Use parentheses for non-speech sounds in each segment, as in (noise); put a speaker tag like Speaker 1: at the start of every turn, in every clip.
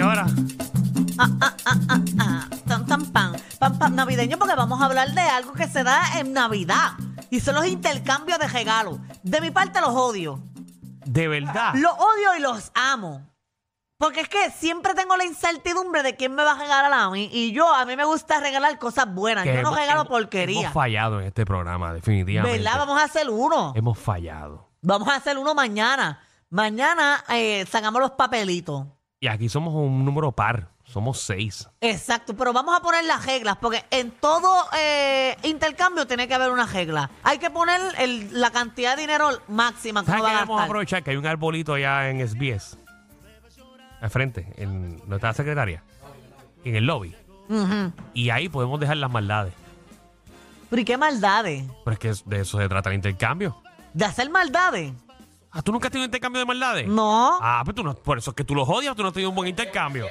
Speaker 1: Sara.
Speaker 2: Ah, ah, ah, ah, ah. Tan, tan, pan. Pan, pan navideño, porque vamos a hablar de algo que se da en Navidad. Y son los intercambios de regalos. De mi parte los odio.
Speaker 1: De verdad.
Speaker 2: Los odio y los amo. Porque es que siempre tengo la incertidumbre de quién me va a regalar a mí. Y yo, a mí me gusta regalar cosas buenas.
Speaker 1: Que
Speaker 2: Yo no
Speaker 1: hemos-
Speaker 2: regalo
Speaker 1: hemos-
Speaker 2: porquería.
Speaker 1: Hemos fallado en este programa, definitivamente.
Speaker 2: ¿Verdad? Vamos a hacer uno.
Speaker 1: Hemos fallado.
Speaker 2: Vamos a hacer uno mañana. Mañana eh, sacamos los papelitos.
Speaker 1: Y aquí somos un número par. Somos seis.
Speaker 2: Exacto, pero vamos a poner las reglas, porque en todo eh, intercambio tiene que haber una regla. Hay que poner el- la cantidad de dinero máxima que
Speaker 1: ¿Sabes
Speaker 2: uno
Speaker 1: qué
Speaker 2: va a
Speaker 1: vamos a
Speaker 2: gastar.
Speaker 1: aprovechar? Que hay un arbolito allá en SBS. Al frente, en donde está la secretaria. En el lobby.
Speaker 2: Ujú.
Speaker 1: Y ahí podemos dejar las maldades.
Speaker 2: Pero ¿y qué maldades?
Speaker 1: Pero es que es- de eso se trata el intercambio.
Speaker 2: ¿De hacer maldades?
Speaker 1: Ah, ¿Tú nunca has tenido un intercambio de maldades?
Speaker 2: No.
Speaker 1: Ah, pero tú no, por eso es que tú los odias, tú no has tenido un buen intercambio.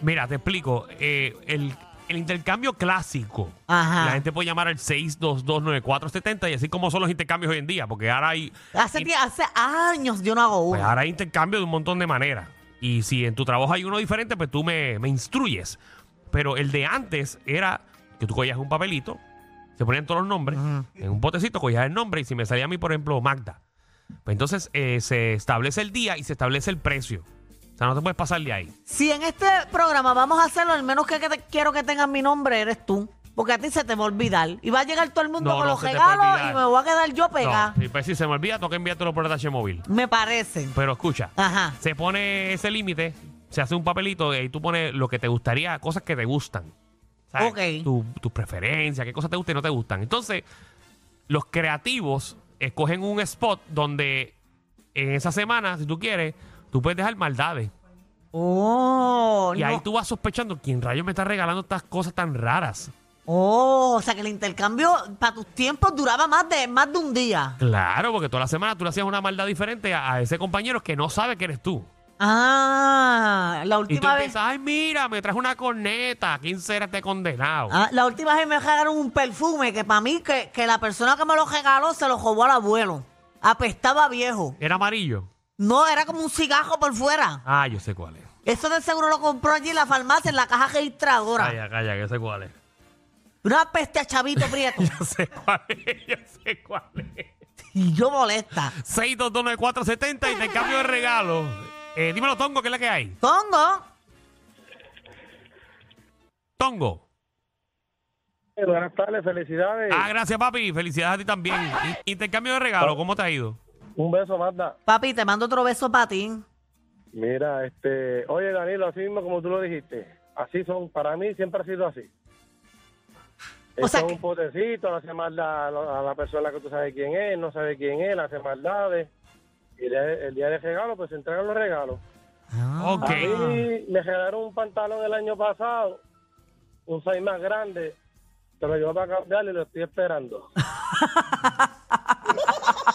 Speaker 1: Mira, te explico. eh, el, el intercambio clásico.
Speaker 2: Ajá.
Speaker 1: La gente puede llamar al 6229470 y así como son los intercambios hoy en día, porque ahora hay,
Speaker 2: Hace, tie- hace años yo no hago
Speaker 1: pues
Speaker 2: uno.
Speaker 1: ahora hay intercambio de un montón de maneras. Y si en tu trabajo hay uno diferente, pues tú me, me instruyes. Pero el de antes era que tú cogías un papelito, se ponían todos los nombres, en un botecito cogías el nombre y si me salía a mí, por ejemplo, Magda. Pues entonces eh, se establece el día y se establece el precio. O sea, no te puedes pasar de ahí.
Speaker 2: Si en este programa vamos a hacerlo, al menos que, que te- quiero que tengas mi nombre, eres tú. Porque a ti se te va a olvidar. Y va a llegar todo el mundo
Speaker 1: No,
Speaker 2: con
Speaker 1: no
Speaker 2: los
Speaker 1: se te va a
Speaker 2: regalos
Speaker 1: olvidar.
Speaker 2: y me voy a quedar yo pegada.
Speaker 1: No, y pues si se me olvida, tengo que enviártelo por el móvil.
Speaker 2: Me parece.
Speaker 1: Pero escucha,
Speaker 2: Ajá.
Speaker 1: se pone ese límite, se hace un papelito y ahí tú pones lo que te gustaría, cosas que te gustan. ¿Sabes?
Speaker 2: Ok.
Speaker 1: Tu- Tus preferencias, qué cosas te gustan y no te gustan. Entonces, los creativos escogen un spot donde en esa semana, si tú quieres, tú puedes dejar maldades.
Speaker 2: Oh,
Speaker 1: Y ahí
Speaker 2: no.
Speaker 1: tú vas sospechando quién rayos me está regalando estas cosas tan raras.
Speaker 2: Oh, o sea que el intercambio para tus tiempos duraba más de más de un día.
Speaker 1: Claro, porque toda la semana tú le hacías una maldad diferente a, a ese compañero que no sabe que eres tú.
Speaker 2: Ah, la
Speaker 1: Y tú
Speaker 2: última vez.
Speaker 1: empiezas, ay, mira, me trajo una corneta. ¿Quién será este condenado?
Speaker 2: ah, la última vez me regalaron un perfume que para mí que, que la persona que me lo regaló se lo robó al abuelo. Apestaba a viejo.
Speaker 1: Era amarillo.
Speaker 2: No, era como un cigajo por fuera.
Speaker 1: Ah, yo sé cuál es.
Speaker 2: Eso de seguro lo compró allí en la farmacia, en la caja registradora.
Speaker 1: Calla, calla, que sé cuál es.
Speaker 2: Una peste a Chavito Prieto.
Speaker 1: Yo (laughs) sé cuál es, yo sé cuál es.
Speaker 2: y yo molesta.
Speaker 1: 6229470 y te cambio de regalo. Eh, dímelo, Tongo, ¿qué es la que hay?
Speaker 2: Tongo.
Speaker 1: Tongo.
Speaker 3: Eh, Buenas tardes, felicidades.
Speaker 1: Ah, gracias, papi. Felicidades a ti también. Y- Intercambio de regalo, ¿cómo te ha ido?
Speaker 3: Un beso, Magda.
Speaker 2: Papi, te mando otro beso para ti.
Speaker 3: Mira, este, oye Danilo, así mismo como tú lo dijiste, así son, para mí siempre ha sido así.
Speaker 2: O
Speaker 3: Esto
Speaker 2: sea
Speaker 3: es
Speaker 2: que-
Speaker 3: un potecito, le hace maldad a la- a la persona que tú sabes quién es, no sabe quién es, le hace maldades. Y le- el día del regalo, pues se entregan los regalos.
Speaker 1: Ok.
Speaker 3: A mí me regalaron un pantalón el año pasado, un size más grande, se lo llevó para cambiar y lo estoy esperando.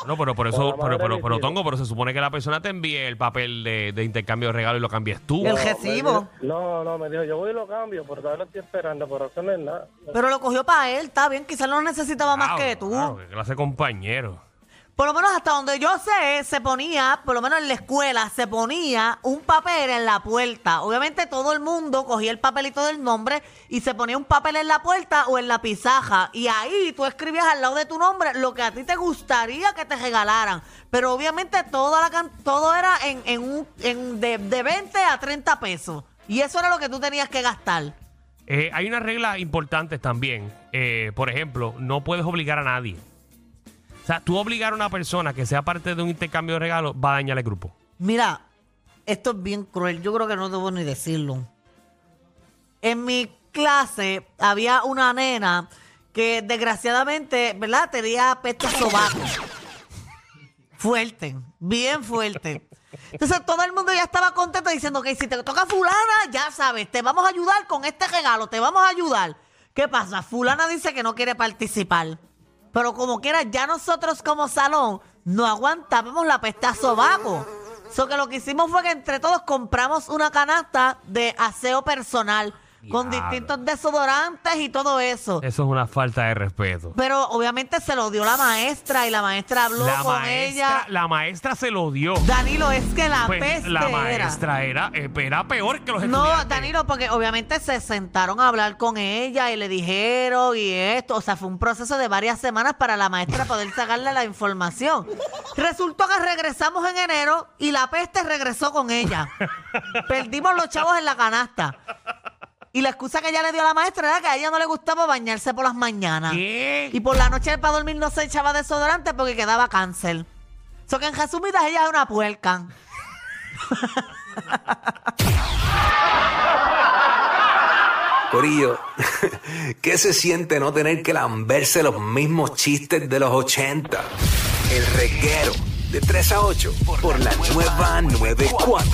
Speaker 1: No, pero por
Speaker 3: Por
Speaker 1: eso,
Speaker 3: la
Speaker 1: pero,
Speaker 3: madre
Speaker 1: pero,
Speaker 3: de
Speaker 1: pero,
Speaker 3: mi tío.
Speaker 1: Tongo, pero se supone que la persona te envíe el papel de, de intercambio de regalo y lo cambias tú.
Speaker 2: El recibo.
Speaker 3: No, no, me dijo, yo voy y lo cambio, porque ahora lo estoy esperando, pero eso no es nada.
Speaker 2: Pero lo cogió para él, está bien. Quizás lo necesitaba más que tú.
Speaker 1: Claro, qué clase de compañero.
Speaker 2: Por lo menos hasta donde yo sé, se ponía, por lo menos en la escuela, se ponía un papel en la puerta. Obviamente todo el mundo cogía el papelito del nombre y se ponía un papel en la puerta o en la pizaja. Y ahí tú escribías al lado de tu nombre lo que a ti te gustaría que te regalaran. Pero obviamente toda la can- todo era en, en un, en de, de 20 a 30 pesos. Y eso era lo que tú tenías que gastar.
Speaker 1: Eh, hay unas reglas importantes también. Eh, por ejemplo, no puedes obligar a nadie. O sea, tú obligar a una persona que sea parte de un intercambio de regalos va a dañar el grupo.
Speaker 2: Mira, esto es bien cruel. Yo creo que no debo ni decirlo. En mi clase había una nena que desgraciadamente, ¿verdad? Tenía peste a sobaco. Fuerte, bien fuerte. Entonces todo el mundo ya estaba contento diciendo que si te toca fulana, ya sabes, te vamos a ayudar con este regalo, te vamos a ayudar. ¿Qué pasa? Fulana dice que no quiere participar. Pero como quiera, ya nosotros como salón no aguantábamos la peste a sobaco. So que lo que hicimos fue que entre todos compramos una canasta de aseo personal con
Speaker 1: Diablo.
Speaker 2: distintos desodorantes y todo eso.
Speaker 1: Eso es una falta de respeto.
Speaker 2: Pero obviamente se lo dio la maestra y la maestra habló
Speaker 1: La
Speaker 2: con
Speaker 1: maestra,
Speaker 2: ella.
Speaker 1: la maestra se lo dio.
Speaker 2: Danilo, es que la
Speaker 1: Pues,
Speaker 2: peste
Speaker 1: la
Speaker 2: era.
Speaker 1: maestra era, eh, era peor que los
Speaker 2: No,
Speaker 1: estudiantes.
Speaker 2: Danilo, porque obviamente se sentaron a hablar con ella y le dijeron y esto. O sea, fue un proceso de varias semanas para la maestra poder sacarle la información. Resultó que regresamos en enero y la peste regresó con ella. Perdimos los chavos en la canasta. Y la excusa que ella le dio a la maestra era que a ella no le gustaba bañarse por las mañanas.
Speaker 1: ¿Qué?
Speaker 2: Y por la noche para dormir no se echaba desodorante porque quedaba cáncer. So que en resumidas ella es una puerca.
Speaker 4: Corillo, (laughs) ¿qué se siente no tener que lamberse los mismos chistes de los 80? El reguero de 3 a 8 por la nueva 94.